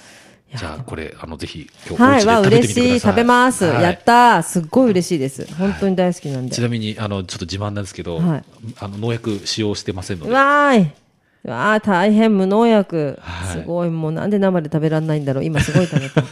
Speaker 1: いや
Speaker 2: じゃあ、これ、あの、ぜひ、今日、お
Speaker 1: はい、
Speaker 2: 家で
Speaker 1: わ、
Speaker 2: 食べて
Speaker 1: 嬉
Speaker 2: みてください。
Speaker 1: しい。食べます。
Speaker 2: はい
Speaker 1: やったー。すっごい嬉しいです。本当に大好きなんで
Speaker 2: ち。なみに、あの、ちょっと自慢なんですけど、
Speaker 1: はい
Speaker 2: あの、農薬使用してませんの
Speaker 1: う
Speaker 2: で。
Speaker 1: わーい。うわー、大変無農薬。
Speaker 2: はい
Speaker 1: すごい。もうなんで生で食べらんないんだろう。今すごい食べ た。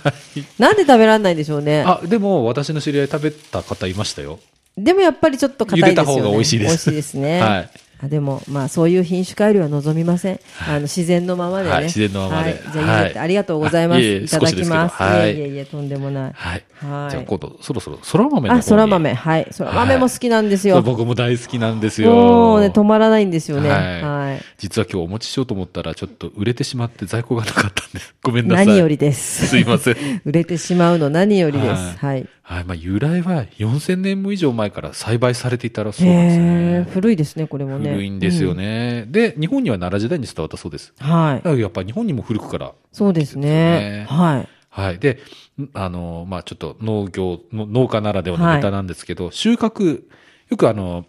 Speaker 1: なんで食べらんないんでしょうね。
Speaker 2: あ、でも、私の知り合い食べた方いましたよ。
Speaker 1: でもやっぱりちょっと硬いですよね。
Speaker 2: 茹でた方が美味しいです
Speaker 1: 美味しいですね。
Speaker 2: はい
Speaker 1: あでも、まあ、そういう品種改良は望みません。あの、自然のままでね。
Speaker 2: はい自然のままで
Speaker 1: はいじゃあ、
Speaker 2: は
Speaker 1: い
Speaker 2: い
Speaker 1: いありがとうございます。
Speaker 2: あいえいえ
Speaker 1: いただきます。
Speaker 2: 少しですけどはい
Speaker 1: いえいえいえ、とんでもない。
Speaker 2: はい。
Speaker 1: はい
Speaker 2: じゃあ今度、そろそろ、そら豆の方
Speaker 1: あ、
Speaker 2: に
Speaker 1: そら豆。はい。そら豆も好きなんです
Speaker 2: そう
Speaker 1: よ。
Speaker 2: 僕も大好きなんですよ。
Speaker 1: もうね、止まらないんですよね。
Speaker 2: はい
Speaker 1: はい。
Speaker 2: 実は今日お持ちしようと思ったら、ちょっと売れてしまって在庫がなかったんで、 ごめんなさい。
Speaker 1: 何よりです。
Speaker 2: すいません。
Speaker 1: 売れてしまうの何よりです。
Speaker 2: は
Speaker 1: はい。
Speaker 2: はい。まあ、由来は4000年も以上前から栽培されていたらそうなんです
Speaker 1: へ
Speaker 2: ね
Speaker 1: ー。古いですね、これもね。
Speaker 2: 古いんですよ
Speaker 1: ね。
Speaker 2: ね。で、日本には奈良時代に伝わったそうです。
Speaker 1: は
Speaker 2: だ
Speaker 1: い。
Speaker 2: からやっぱ日本にも古くから。
Speaker 1: そうです
Speaker 2: で
Speaker 1: ね。
Speaker 2: すよ
Speaker 1: はい。
Speaker 2: はい。で、んあの、まあ、ちょっと農業、の農家ならではのネタなんですけど、収穫、よくあの、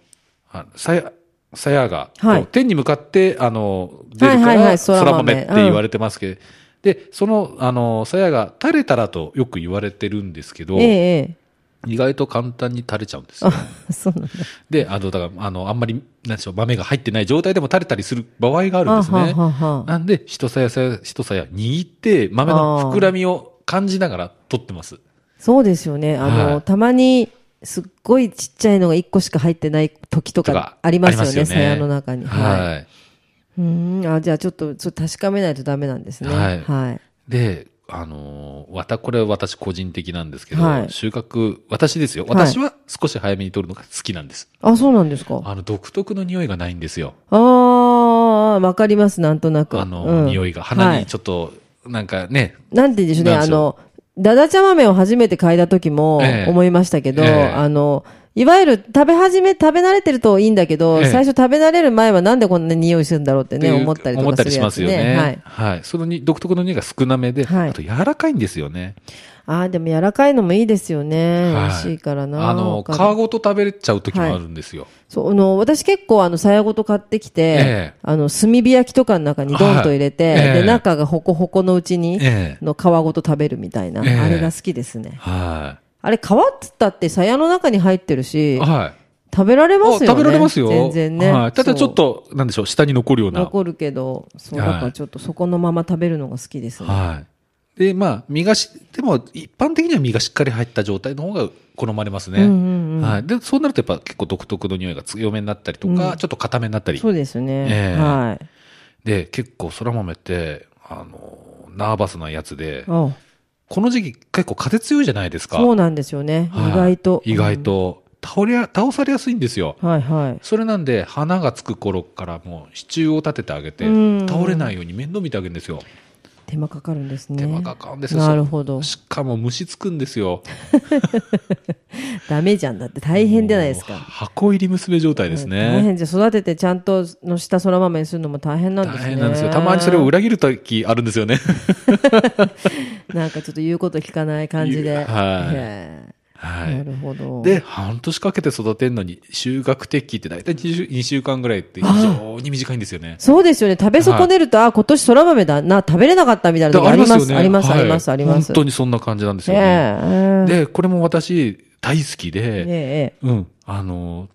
Speaker 2: あさや、さやが、
Speaker 1: はい
Speaker 2: こう天に向かって、あの、出る
Speaker 1: は
Speaker 2: か
Speaker 1: いはいは
Speaker 2: ら、
Speaker 1: い
Speaker 2: 空
Speaker 1: 空豆
Speaker 2: 豆って言われてますけど、で、その、あの、さやが垂れたらとよく言われてるんですけど、
Speaker 1: ええ、え
Speaker 2: 意外と簡単に垂れちゃうんです
Speaker 1: え。
Speaker 2: よ。
Speaker 1: あ、そうなんだ。
Speaker 2: で、あの、だから、あの、あんまり、なんでしょう、豆が入ってない状態でも垂れたりする場合があるんです
Speaker 1: あは
Speaker 2: ね。
Speaker 1: あはあはあ
Speaker 2: なんで、一さやさや、一さや握って、豆の膨らみを感じながら取ってます。
Speaker 1: そうですよね。あの、
Speaker 2: はい
Speaker 1: たまに、すっごいちっちゃいのが1個しか入ってない時とか
Speaker 2: とか
Speaker 1: ありますよ
Speaker 2: あり
Speaker 1: ね、
Speaker 2: ます
Speaker 1: さ
Speaker 2: よね
Speaker 1: やの中に。い。
Speaker 2: は
Speaker 1: うーん、あ、じゃあちょっと、そう確かめないとダメなんですね。
Speaker 2: はい
Speaker 1: はい。
Speaker 2: い。で、あのーわた、これは私個人的なんですけど、
Speaker 1: はい
Speaker 2: 収穫、私ですよ。
Speaker 1: はい
Speaker 2: 私は少し早めに取るのが好きなんです。
Speaker 1: あ、そうなんですか。
Speaker 2: あの、独特の匂いがないんですよ。
Speaker 1: ああ、わかります、なんとなく。
Speaker 2: あの、
Speaker 1: うん
Speaker 2: 匂いが。鼻
Speaker 1: は
Speaker 2: に
Speaker 1: い
Speaker 2: ちょっと、なんかね、
Speaker 1: なんて言うんでしょうね、
Speaker 2: なん
Speaker 1: あ
Speaker 2: でしょ
Speaker 1: の、だだ茶豆を初めて嗅いだ時も
Speaker 2: ええ
Speaker 1: 思いましたけど、
Speaker 2: ええ
Speaker 1: あの、いわゆる食べ始め、食べ慣れてるといいんだけど、
Speaker 2: ええ
Speaker 1: 最初食べ慣れる前はなんでこんな匂いするんだろうってね、
Speaker 2: っていう
Speaker 1: 思ったりと
Speaker 2: 思っ
Speaker 1: か
Speaker 2: た
Speaker 1: する
Speaker 2: りし
Speaker 1: や
Speaker 2: ま
Speaker 1: つ
Speaker 2: すよ
Speaker 1: ね。
Speaker 2: ね。
Speaker 1: はい。
Speaker 2: はい。そのに独特の匂いが少なめで、
Speaker 1: はい
Speaker 2: あと柔らかいんですよね。
Speaker 1: ああ、でも柔らかいのもいいですよね。
Speaker 2: は
Speaker 1: 美
Speaker 2: い
Speaker 1: 味しいからな。
Speaker 2: あ
Speaker 1: わ
Speaker 2: の、皮
Speaker 1: かる
Speaker 2: ごと食べれちゃう時もあるんですよ。
Speaker 1: そう、あの、私結構あの、さやごと買ってきて、
Speaker 2: ええ
Speaker 1: あの、炭火焼きとかの中にドンと入れて、
Speaker 2: はいええ
Speaker 1: で、中がホコホコのうちに、
Speaker 2: ええ
Speaker 1: の皮ごと食べるみたいな、
Speaker 2: ええ
Speaker 1: あれが好きですね。
Speaker 2: は
Speaker 1: あれ、皮っつったって、さやの中に入ってる
Speaker 2: い。
Speaker 1: し、
Speaker 2: はい。
Speaker 1: 食べられますよね。
Speaker 2: あ食べられますよ。
Speaker 1: 全然ね。
Speaker 2: はい。ただちょっと、なんでしょう、下に残るよう
Speaker 1: そう、
Speaker 2: な。
Speaker 1: 残るけど、そう、だ
Speaker 2: はい
Speaker 1: からちょっとそこのまま食べるのが好きですね。
Speaker 2: はい。で、まあ、身がし、でも、一般的には身がしっかり入った状態の方が好まれますね。
Speaker 1: うんうんうん
Speaker 2: はい。で、そうなるとやっぱ結構独特の匂いが強めになったりとか、ちょっと固めになったり
Speaker 1: そうですね。
Speaker 2: ええ
Speaker 1: はい。
Speaker 2: で、結構空豆って、あの、ナーバスなやつで、
Speaker 1: あ
Speaker 2: この時期結構風強いじゃないですか。
Speaker 1: そうなんですよね。
Speaker 2: はい
Speaker 1: 意外と。
Speaker 2: 意外と。倒れや、倒されやすいんですよ。
Speaker 1: うん。はいはい。
Speaker 2: それなんで、花がつく頃からもう支柱を立ててあげて
Speaker 1: うん、
Speaker 2: 倒れないように面倒見てあげるんですよ。
Speaker 1: 手間かかるんですね。
Speaker 2: 手間かかるんですよ。
Speaker 1: なるほど。
Speaker 2: しかも虫つくんですよ。
Speaker 1: ダメじゃんだって大変じゃないです
Speaker 2: もう
Speaker 1: か。
Speaker 2: 箱入り娘状態です
Speaker 1: 大
Speaker 2: ね。
Speaker 1: 変じゃん育ててちゃんとのしたそら豆にするのも大変なんです
Speaker 2: 大
Speaker 1: ね。
Speaker 2: 変なんですよ。たまにそれを裏切る時あるんです よね。
Speaker 1: なんかちょっと言うこと聞かない感じで。
Speaker 2: 言うは
Speaker 1: へ
Speaker 2: い
Speaker 1: え
Speaker 2: はい
Speaker 1: な。るほど。
Speaker 2: で、半年かけて育てるのに、収穫適期って大体2週 ,2 週間ぐらいって非常に短いんですよね。
Speaker 1: そうですよね。食べ損ねると、あ、今年そら豆だな、食べれなかったみたいな時あります。あります、あります、あります。
Speaker 2: 本当にそんな感じなんですよ
Speaker 1: ええ
Speaker 2: ね。で、これも私大好き
Speaker 1: ええ
Speaker 2: で、
Speaker 1: え
Speaker 2: うん、あの、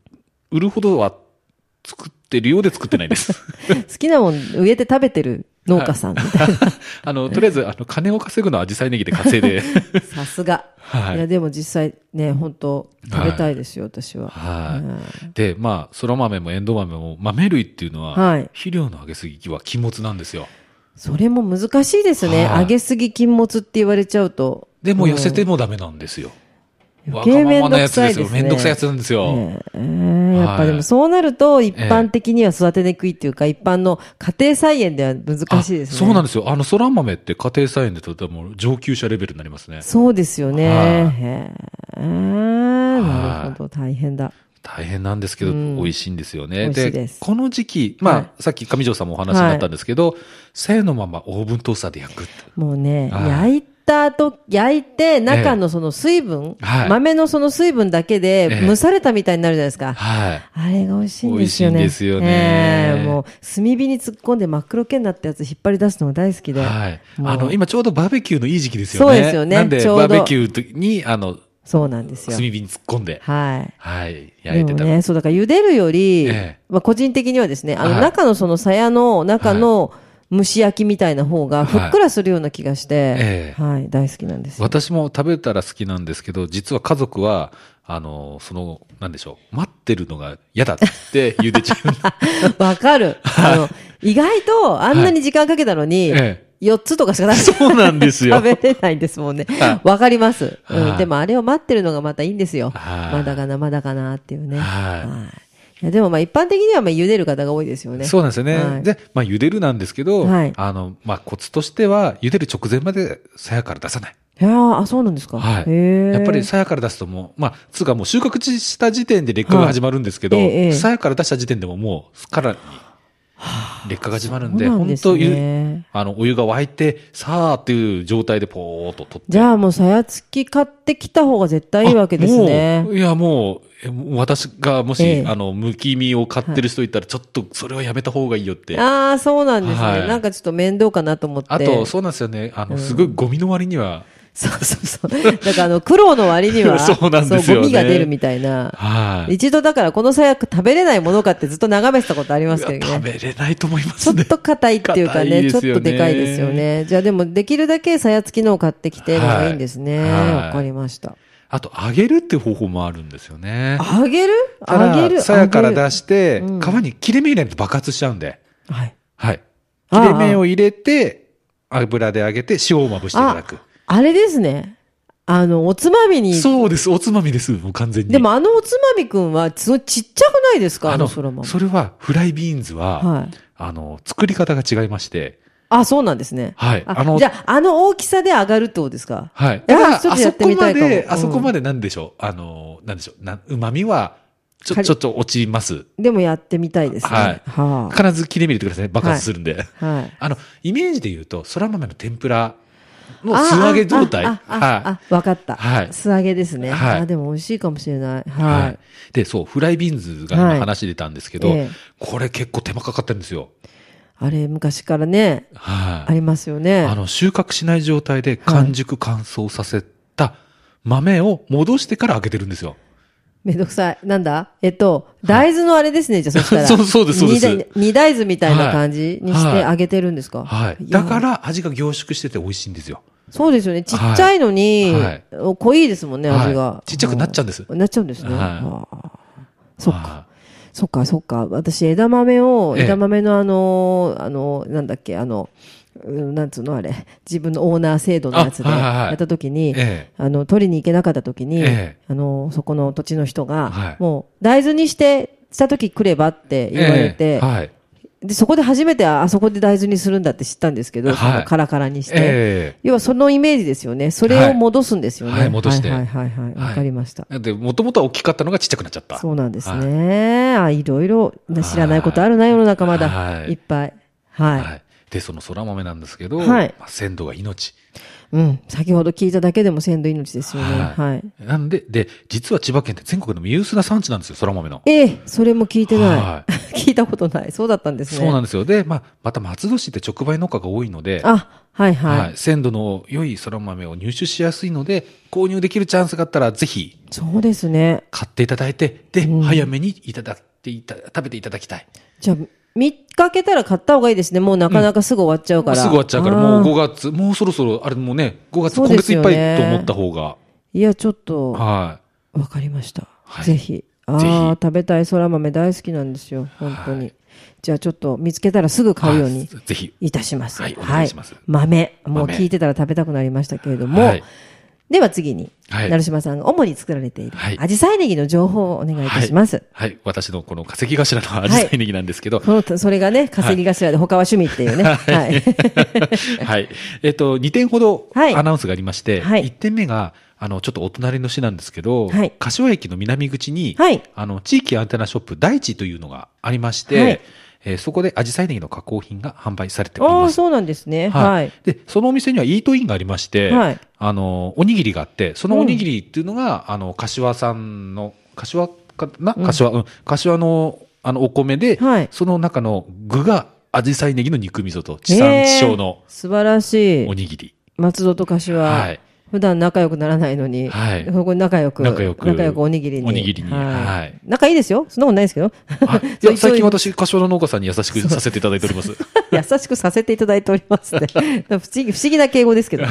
Speaker 2: 売るほどは作ってるようで作ってな いです。
Speaker 1: え好きなもん植えて食べてる農家さんみたいな。
Speaker 2: あの、とりあえず、あの、金を稼ぐのは紫陽花ネギで稼 いで。
Speaker 1: さすが。
Speaker 2: はい
Speaker 1: いや、でも実際ね、本当食べたいですよ、私は。
Speaker 2: はい。で、まあ、そら豆もエンドウ豆も豆類っていうのは、
Speaker 1: はい
Speaker 2: 肥料の上げすぎは禁物なんですよ。
Speaker 1: それも難しいですね。
Speaker 2: はい
Speaker 1: 上げすぎ禁物って言われちゃうと。
Speaker 2: でも
Speaker 1: うん
Speaker 2: 寄せてもダメなんですよ。わ
Speaker 1: 余計
Speaker 2: がま
Speaker 1: め
Speaker 2: ま
Speaker 1: ん
Speaker 2: な
Speaker 1: ど
Speaker 2: や
Speaker 1: く
Speaker 2: つ
Speaker 1: さ
Speaker 2: で
Speaker 1: い
Speaker 2: す
Speaker 1: で
Speaker 2: よ。
Speaker 1: すね。
Speaker 2: めんどくさいやつなんですよ。
Speaker 1: ええやっぱ
Speaker 2: はい
Speaker 1: でもそうなると一般的には育てにくいっていうか、一般の家庭菜園では難しいですね。
Speaker 2: あそうなんですよ。あの、そら豆って家庭菜園でとても上級者レベルになりますね。
Speaker 1: そうですよね。
Speaker 2: はい
Speaker 1: へえな
Speaker 2: はい
Speaker 1: るほど、大変だ。
Speaker 2: 大変なんですけど、
Speaker 1: うん
Speaker 2: 美味しいんですよ
Speaker 1: 美
Speaker 2: ね。
Speaker 1: 味しいです
Speaker 2: この時期、まあ、
Speaker 1: は
Speaker 2: さっき上条さんもお話になったんですけど、生のままオーブントースターで焼くって。
Speaker 1: もうね、
Speaker 2: はい
Speaker 1: 焼いたと、焼いて、中のその水分、
Speaker 2: はい
Speaker 1: 豆のその水分だけで
Speaker 2: え、え
Speaker 1: 蒸されたみたいになるじゃないですか。
Speaker 2: はい。
Speaker 1: あれが美味しいんですよね。
Speaker 2: 美味しいんですよね
Speaker 1: ええもう、炭火に突っ込んで真っ黒けになったやつ引っ張り出すのが大好きで。
Speaker 2: はい。
Speaker 1: もう
Speaker 2: あの、今ちょうどバーベキューのいい時期ですよね。
Speaker 1: そうですよね
Speaker 2: なんで、
Speaker 1: ちょうど
Speaker 2: バーベキューに、あの、
Speaker 1: そうなんですよ
Speaker 2: 炭。火に突っ込んで、
Speaker 1: はい。
Speaker 2: はい、焼
Speaker 1: で
Speaker 2: い
Speaker 1: も
Speaker 2: てた。
Speaker 1: ね、そうだから茹でるより、
Speaker 2: ええ
Speaker 1: まあ個人的にはですね、あの
Speaker 2: はい
Speaker 1: 中のその鞘の中の蒸し焼きみたいな方がふっくらするような気がして
Speaker 2: え、え
Speaker 1: はい、大好きなんですよ。
Speaker 2: 私も食べたら好きなんですけど、実は家族は、あの、その、なんでしょう、待ってるのが嫌だって茹でちゃ うんだ
Speaker 1: わかる。あの、意外とあんなに時間かけたのに、
Speaker 2: ええ
Speaker 1: 4つとかしか食べ
Speaker 2: そうなんですよ。
Speaker 1: 食べれないんですもんね
Speaker 2: は。
Speaker 1: わかります、うん
Speaker 2: はい
Speaker 1: でもあれを待ってるのがまたいいんですよ。
Speaker 2: はい
Speaker 1: まだかな、まだかなっていうね。
Speaker 2: はい
Speaker 1: いやでもまあ一般的にはまあ茹でる方が多いですよね。
Speaker 2: そうなんですよね。
Speaker 1: はい
Speaker 2: で、まあ、茹でるなんですけど、
Speaker 1: はい
Speaker 2: あの、まあ、コツとしては、茹でる直前まで、鞘から出さない。
Speaker 1: いやーあ、そうなんですか。
Speaker 2: は
Speaker 1: へー
Speaker 2: い。やっぱり、鞘から出すともう、まあ、つうかもう収穫した時点で劣化が始まるんですけど、
Speaker 1: はいええ
Speaker 2: 鞘から出した時点でももう、からに劣化が始まるんで、
Speaker 1: そうなん
Speaker 2: 本
Speaker 1: です
Speaker 2: 当
Speaker 1: ね
Speaker 2: ゆあの、お湯が沸いて、さあっていう状態でぽーっと取って。
Speaker 1: じゃあもうさやつき買ってきた方が絶対いいわけです
Speaker 2: あ
Speaker 1: ね
Speaker 2: も。ういや、もう、えもう私がもし、
Speaker 1: ええ
Speaker 2: あの、むき身を買ってる人いたら、ちょっとそれはやめた方がいいよって。
Speaker 1: ああ、そうなんですね、
Speaker 2: はい
Speaker 1: なんかちょっと面倒かなと思って。
Speaker 2: あと、そうなんですよね。あの、すごいゴミの割には、
Speaker 1: そう そうそう。だからあの、苦労の割には、
Speaker 2: そうなんですよね
Speaker 1: そうゴミが出るみたいな。
Speaker 2: はい。
Speaker 1: 一度だからこのさや食べれないものかってずっと眺めてたことありますけ
Speaker 2: い
Speaker 1: ど
Speaker 2: や
Speaker 1: ね
Speaker 2: 食。べれないと思いま
Speaker 1: ちょ
Speaker 2: すね
Speaker 1: っ。と硬いっていうか
Speaker 2: 硬
Speaker 1: ね
Speaker 2: いで
Speaker 1: ちょっ
Speaker 2: すよね
Speaker 1: とでかいですよね。じゃあでも、できるだけさやつきのを買ってきてのがいいんですね。
Speaker 2: はい
Speaker 1: わ、
Speaker 2: はい
Speaker 1: かりました。
Speaker 2: あと、揚げるっていう方法もあるんですよね。
Speaker 1: 揚げる
Speaker 2: ただ
Speaker 1: 揚げる
Speaker 2: さやから
Speaker 1: 揚げる
Speaker 2: 出して、皮に切れ目入れると爆発しちゃうんで。
Speaker 1: はい。
Speaker 2: はい。
Speaker 1: ああ
Speaker 2: 切れ目を入れて、油で揚げて、塩をまぶしていただく。
Speaker 1: あれですね。あの、おつまみに。
Speaker 2: そうです。おつまみです。もう完全に。
Speaker 1: でもあのおつまみくんは、そのちっちゃくないですかあ
Speaker 2: あ
Speaker 1: の
Speaker 2: の、
Speaker 1: そらま
Speaker 2: それは、フライビーンズは、
Speaker 1: はい
Speaker 2: あの、作り方が違いまして、
Speaker 1: ああ、そうなんですね。
Speaker 2: はい
Speaker 1: あ
Speaker 2: あの
Speaker 1: じゃあ、あの大きさで上がるってことですか
Speaker 2: はい。
Speaker 1: いや
Speaker 2: だから、
Speaker 1: ちょっと
Speaker 2: あ
Speaker 1: や
Speaker 2: そ
Speaker 1: って
Speaker 2: こ
Speaker 1: みた
Speaker 2: ま
Speaker 1: いかも
Speaker 2: で、あそこ
Speaker 1: うん
Speaker 2: までなんでしょう。あの、なんでしょう。な、旨味は、ち
Speaker 1: か
Speaker 2: ょ、
Speaker 1: り
Speaker 2: ちょっと落ちます。
Speaker 1: でもやってみたいですね。は
Speaker 2: はい必ず切れ目入れてくださいね。爆発するんで。
Speaker 1: あはい。
Speaker 2: あの、イメージで言うと、そら豆の天ぷらの素揚げ状態。
Speaker 1: ああああ
Speaker 2: は
Speaker 1: あわかった。
Speaker 2: はい
Speaker 1: 素揚げですね。
Speaker 2: はい
Speaker 1: あでも美味しいかもしれない。
Speaker 2: い。
Speaker 1: は
Speaker 2: はいい。。で、そう、フライビーンズが
Speaker 1: は
Speaker 2: 今
Speaker 1: い
Speaker 2: 話出たんですけど、
Speaker 1: ええ
Speaker 2: これ結構手間かかってるんですよ。
Speaker 1: あれ、昔からね、
Speaker 2: はい。
Speaker 1: ありますよね。
Speaker 2: あの、収穫しない状態で完熟乾燥させた豆を戻してから揚げてるんですよ。
Speaker 1: めんどくさい。なんだえっと、大豆のあれですね、じゃあそしたら。
Speaker 2: そうそうですそうで
Speaker 1: 二
Speaker 2: す
Speaker 1: 大二大豆みたいな感じにし
Speaker 2: はい
Speaker 1: て
Speaker 2: はい
Speaker 1: 揚げてるんですか
Speaker 2: はい。
Speaker 1: や
Speaker 2: だから味が凝縮してて美味しいんですよ。
Speaker 1: そうですよね。ちっちゃいのに、
Speaker 2: はい
Speaker 1: 濃いですもんね、味が、
Speaker 2: はいちっちゃくなっちゃうんです
Speaker 1: はあなっちゃうんですね。
Speaker 2: はい
Speaker 1: はあそっか。
Speaker 2: は
Speaker 1: そっか、そっか。私、枝豆を、
Speaker 2: ええ
Speaker 1: 枝豆のあの、あの、なんだっけ、あの、うんなんつうのあれ、自分のオーナー制度のやつで
Speaker 2: あはいはいはい
Speaker 1: やった時
Speaker 2: い。
Speaker 1: に、
Speaker 2: え
Speaker 1: あの、取りに行けなかった時に、
Speaker 2: ええ
Speaker 1: あの、そこの土地の人が、
Speaker 2: はい
Speaker 1: もう、大豆にして、した時来ればって
Speaker 2: え
Speaker 1: 言われて、
Speaker 2: ええはい。
Speaker 1: で、そこで初めて、ああそこで大豆にするんだって知ったんですけど、
Speaker 2: はい
Speaker 1: そのカラカラにして、
Speaker 2: え
Speaker 1: 要はそのイメージですよね。それを戻すんですよね。
Speaker 2: はいはい戻して
Speaker 1: はいはいはいはい。
Speaker 2: はい
Speaker 1: わかりました。
Speaker 2: えで、もともとは大きかったのがちっちゃくなっちゃった。
Speaker 1: そうなんですね。あ、いろいろな知らないことあるな、世の中まだ。
Speaker 2: はい
Speaker 1: いっぱい。は
Speaker 2: はい。で、そのそら豆なんですけど、
Speaker 1: はい
Speaker 2: まあ、鮮度が命。
Speaker 1: い。うん。先ほど聞いただけでも鮮度命ですよね。はい。
Speaker 2: なんで、で、実は千葉県って全国でも有数な産地なんですよ、そら豆の。
Speaker 1: ええ、それも聞いてな。
Speaker 2: は い
Speaker 1: 聞いたことない。そうだったんですね。
Speaker 2: そうなん
Speaker 1: ん
Speaker 2: ですよ。で、まあ、また松戸市って直売農家が多いので、
Speaker 1: あ、はい
Speaker 2: は。
Speaker 1: はい
Speaker 2: 鮮度の良いそら豆を入手しやすいので、購入できるチャンスがあったら、ぜひ
Speaker 1: い。そうですね。
Speaker 2: 買っていただいて、で、早めにいただいていた、食べていただきたい。
Speaker 1: じゃあ、見かけたら買った方がいいですね。もうなかなかすぐ終わっちゃうから。
Speaker 2: すぐ終わっちゃうから、
Speaker 1: あー
Speaker 2: もう5月、もうそろそろ、あれもうね、5月、
Speaker 1: そう
Speaker 2: 今
Speaker 1: です
Speaker 2: 月い
Speaker 1: よ
Speaker 2: っ
Speaker 1: ね
Speaker 2: ぱいと思った方が、
Speaker 1: いや、ちょっと、わ
Speaker 2: は
Speaker 1: かりました。
Speaker 2: はい
Speaker 1: ぜひ。あ
Speaker 2: ぜひ
Speaker 1: あ、食べたい空豆大好きなんですよ。本当に。じゃあ、ちょっと見つけたらすぐ
Speaker 2: い。
Speaker 1: 買うよう
Speaker 2: は
Speaker 1: に
Speaker 2: いぜひ。
Speaker 1: いたします。
Speaker 2: はいお願いします
Speaker 1: 豆。もう
Speaker 2: 豆
Speaker 1: 聞いてたら食べたくなりましたけれども。
Speaker 2: はい
Speaker 1: では次に、
Speaker 2: はい
Speaker 1: 成島さんが主に作られている、
Speaker 2: はい
Speaker 1: アジサイネギの情報をお願いいたします。
Speaker 2: はい。私のこの化石頭のアジサイネギなんですけど、
Speaker 1: このそれがね、稼ぎ頭で他は趣味っていうね。はい。
Speaker 2: はい。えっと、2点ほど
Speaker 1: はい
Speaker 2: アナウンスがありまして、
Speaker 1: はい
Speaker 2: 1点目が、あの、ちょっとお隣の市なんですけど、
Speaker 1: はい
Speaker 2: 柏駅の南口に、
Speaker 1: はい
Speaker 2: あの、地域アンテナショップ大地というのがありまして、
Speaker 1: はい
Speaker 2: えーそこでアジサイネギの加工品が販売されており
Speaker 1: あ
Speaker 2: ま
Speaker 1: あ、
Speaker 2: す。
Speaker 1: そうなんですね。
Speaker 2: は
Speaker 1: はいい。。
Speaker 2: で、そのお店にはイートインがありまして、
Speaker 1: はい
Speaker 2: あの、おにぎりがあって、そのおにぎりっていうのが、あの、柏さんの、柏かな柏、うん、柏の、あの、お米で、
Speaker 1: はい
Speaker 2: その中の具が、アジサイネギの肉味噌と、地
Speaker 1: へ
Speaker 2: 産
Speaker 1: ー
Speaker 2: 地消の
Speaker 1: 素晴らしい
Speaker 2: お。にぎり。
Speaker 1: 松戸と柏、
Speaker 2: はい
Speaker 1: 普段仲良くならないのに、
Speaker 2: はい
Speaker 1: そこに仲良く、
Speaker 2: 仲良く
Speaker 1: おにぎりに。
Speaker 2: おにぎり にはい
Speaker 1: 仲いいですよ。そんなことないですけど。
Speaker 2: はいい
Speaker 1: そう
Speaker 2: や、最近私、柏の農家さんに優しくさせていただいております。
Speaker 1: 優しくさせていただいております ね。不思議不思議な敬語ですけど。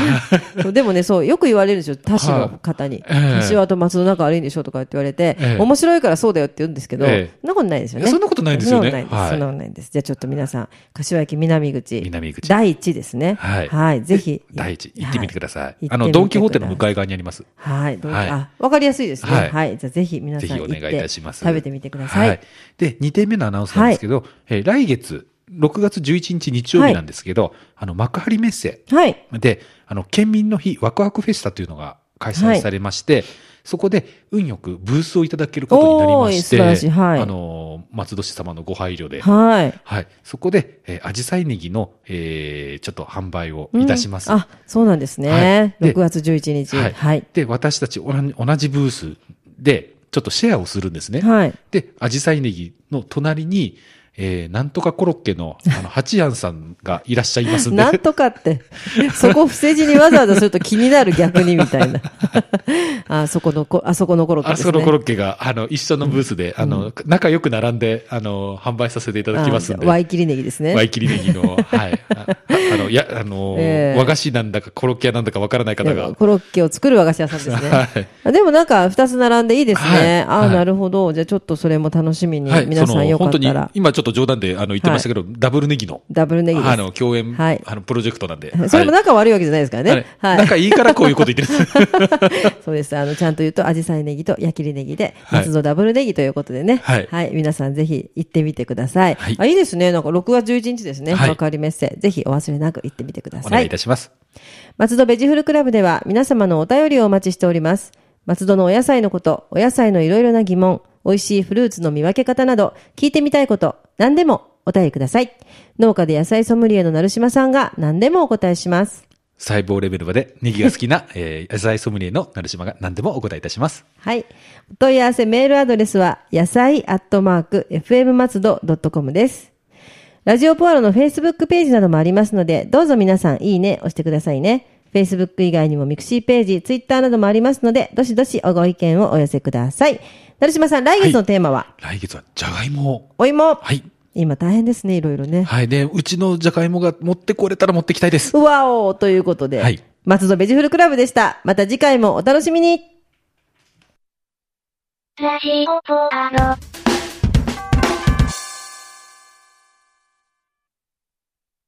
Speaker 1: そうでもね、そう、よく言われるんですよ。他市の方に。
Speaker 2: はいええ
Speaker 1: 柏と松戸仲悪いんでしょとかって言われて、
Speaker 2: ええ
Speaker 1: 面白いからそうだよって言うんですけど、
Speaker 2: ええ
Speaker 1: そんなことないですよね。
Speaker 2: そんなことないですよね
Speaker 1: そんなことないです。
Speaker 2: はい
Speaker 1: そんなことないです。じゃあちょっと皆さん、柏駅南口。
Speaker 2: 南口
Speaker 1: 第一ですね。
Speaker 2: はい
Speaker 1: ぜひ。
Speaker 2: 第一、行ってみてください。
Speaker 1: は
Speaker 2: あの、ドン・キホーテの
Speaker 1: 行ってみてください
Speaker 2: 向かい側にあります。
Speaker 1: はい。どう
Speaker 2: はい
Speaker 1: あ、わかりやすいですね。は。
Speaker 2: はいい
Speaker 1: じゃあぜひ皆
Speaker 2: ぜ
Speaker 1: さん
Speaker 2: ひ
Speaker 1: 行
Speaker 2: お
Speaker 1: って
Speaker 2: 願いいたします。
Speaker 1: 食べてみてください。
Speaker 2: はで、2点目のアナウンスなんですけど、えー来月、6月11日日曜日なんですけど、あの、幕張メッセ
Speaker 1: はい。
Speaker 2: で、あの、県民の日ワクワクフェスタというのが開催されまして、そこで運よくブースをいただけることになりまし
Speaker 1: おー素晴ら
Speaker 2: て、
Speaker 1: しいはい
Speaker 2: あのー、松戸市様のご配慮で、はい。
Speaker 1: はい。
Speaker 2: そこで、えー、アジサイネギの、えーちょっと販売をいたします。
Speaker 1: うんあ、そうなんですね。
Speaker 2: はいで
Speaker 1: 6月11日。
Speaker 2: はい。
Speaker 1: はい。
Speaker 2: で、私たち同じ同じブースで、ちょっとシェアをするんですね。
Speaker 1: はい。
Speaker 2: で、アジサイネギの隣に、えー、なんとかコロッケの、あの、 八庵さんがいらっしゃいますんで。
Speaker 1: なんとかって、 そこ伏せ字にわざわざすると気になる逆にみた いな。あそこのこ、あそこのコロッケ
Speaker 2: あ
Speaker 1: です
Speaker 2: そ
Speaker 1: ね。
Speaker 2: このコロッケが、あの、一緒のブースで、あの、仲良く並んで、あの、販売させていただきますん
Speaker 1: あ
Speaker 2: で。
Speaker 1: ワイキリネギですね。
Speaker 2: ワイキリネギの、はい。ああの、や、あの、
Speaker 1: ええ
Speaker 2: 和菓子なんだかコロッケ屋なんだかわからない方
Speaker 1: でも
Speaker 2: が。
Speaker 1: コロッケを作る和菓子屋さんですね。
Speaker 2: はい
Speaker 1: あでもなんか二つ並んでいいですね。
Speaker 2: はい
Speaker 1: ああ、
Speaker 2: はい
Speaker 1: なるほど。じゃあちょっとそれも楽しみに、
Speaker 2: はい。
Speaker 1: 皆さんよかっ
Speaker 2: 本当
Speaker 1: た
Speaker 2: に
Speaker 1: ら。、
Speaker 2: 今ちょょっと冗談であの言ってましたけど、ダブルネギの、
Speaker 1: ダブルネギです。
Speaker 2: あの、共演、
Speaker 1: はい
Speaker 2: あの、プロジェクトなんで。
Speaker 1: それも仲悪いわけじゃないですから
Speaker 2: はい
Speaker 1: ね。
Speaker 2: あ
Speaker 1: は
Speaker 2: れ
Speaker 1: い。
Speaker 2: 仲いいからこういうこと言ってるんです。
Speaker 1: そうです。あの、ちゃんと言うと、アジサイネギと矢切ネギで、
Speaker 2: はい
Speaker 1: 松戸ダブルネギということでね。
Speaker 2: はい
Speaker 1: 皆さんぜひ行ってみてください。
Speaker 2: はい
Speaker 1: あ、いいですね。なんか6月11日ですね。
Speaker 2: はい
Speaker 1: 幕張メッセ。ぜひお忘れなく行ってみてくだ
Speaker 2: お
Speaker 1: さ
Speaker 2: 願い
Speaker 1: い
Speaker 2: いた。します。
Speaker 1: 松戸ベジフルクラブでは皆様のお便りをお待ちしております。松戸のお野菜のこと、お野菜のいろいろな疑問、美味しいフルーツの見分け方など、聞いてみたいこと、何でもお便りください。農家で野菜ソムリエの成島さんが何でもお答えします。
Speaker 2: 細胞レベルまでネギが好きな、えー、野菜ソムリエの成島が何でもお答えいたします。
Speaker 1: はい。お問い合わせメールアドレスは、野菜アットマーク、fm 松戸 .com です。ラジオポアロの Facebook ページなどもありますので、どうぞ皆さんいいね押してくださいね。Facebook 以外にもミクシーページ、Twitter などもありますので、どしどしご意見をお寄せください。成島さん、来月のテーマは、
Speaker 2: 来月はじゃがいもを。
Speaker 1: お芋。
Speaker 2: はい。
Speaker 1: 今大変ですね、いろいろね。
Speaker 2: はい。で、うちのじゃがいもが持ってこれたら持ってきたいです。
Speaker 1: うわおーということで、
Speaker 2: はい
Speaker 1: 松戸ベジフルクラブでした。また次回もお楽しみに
Speaker 3: ラジオポアロ。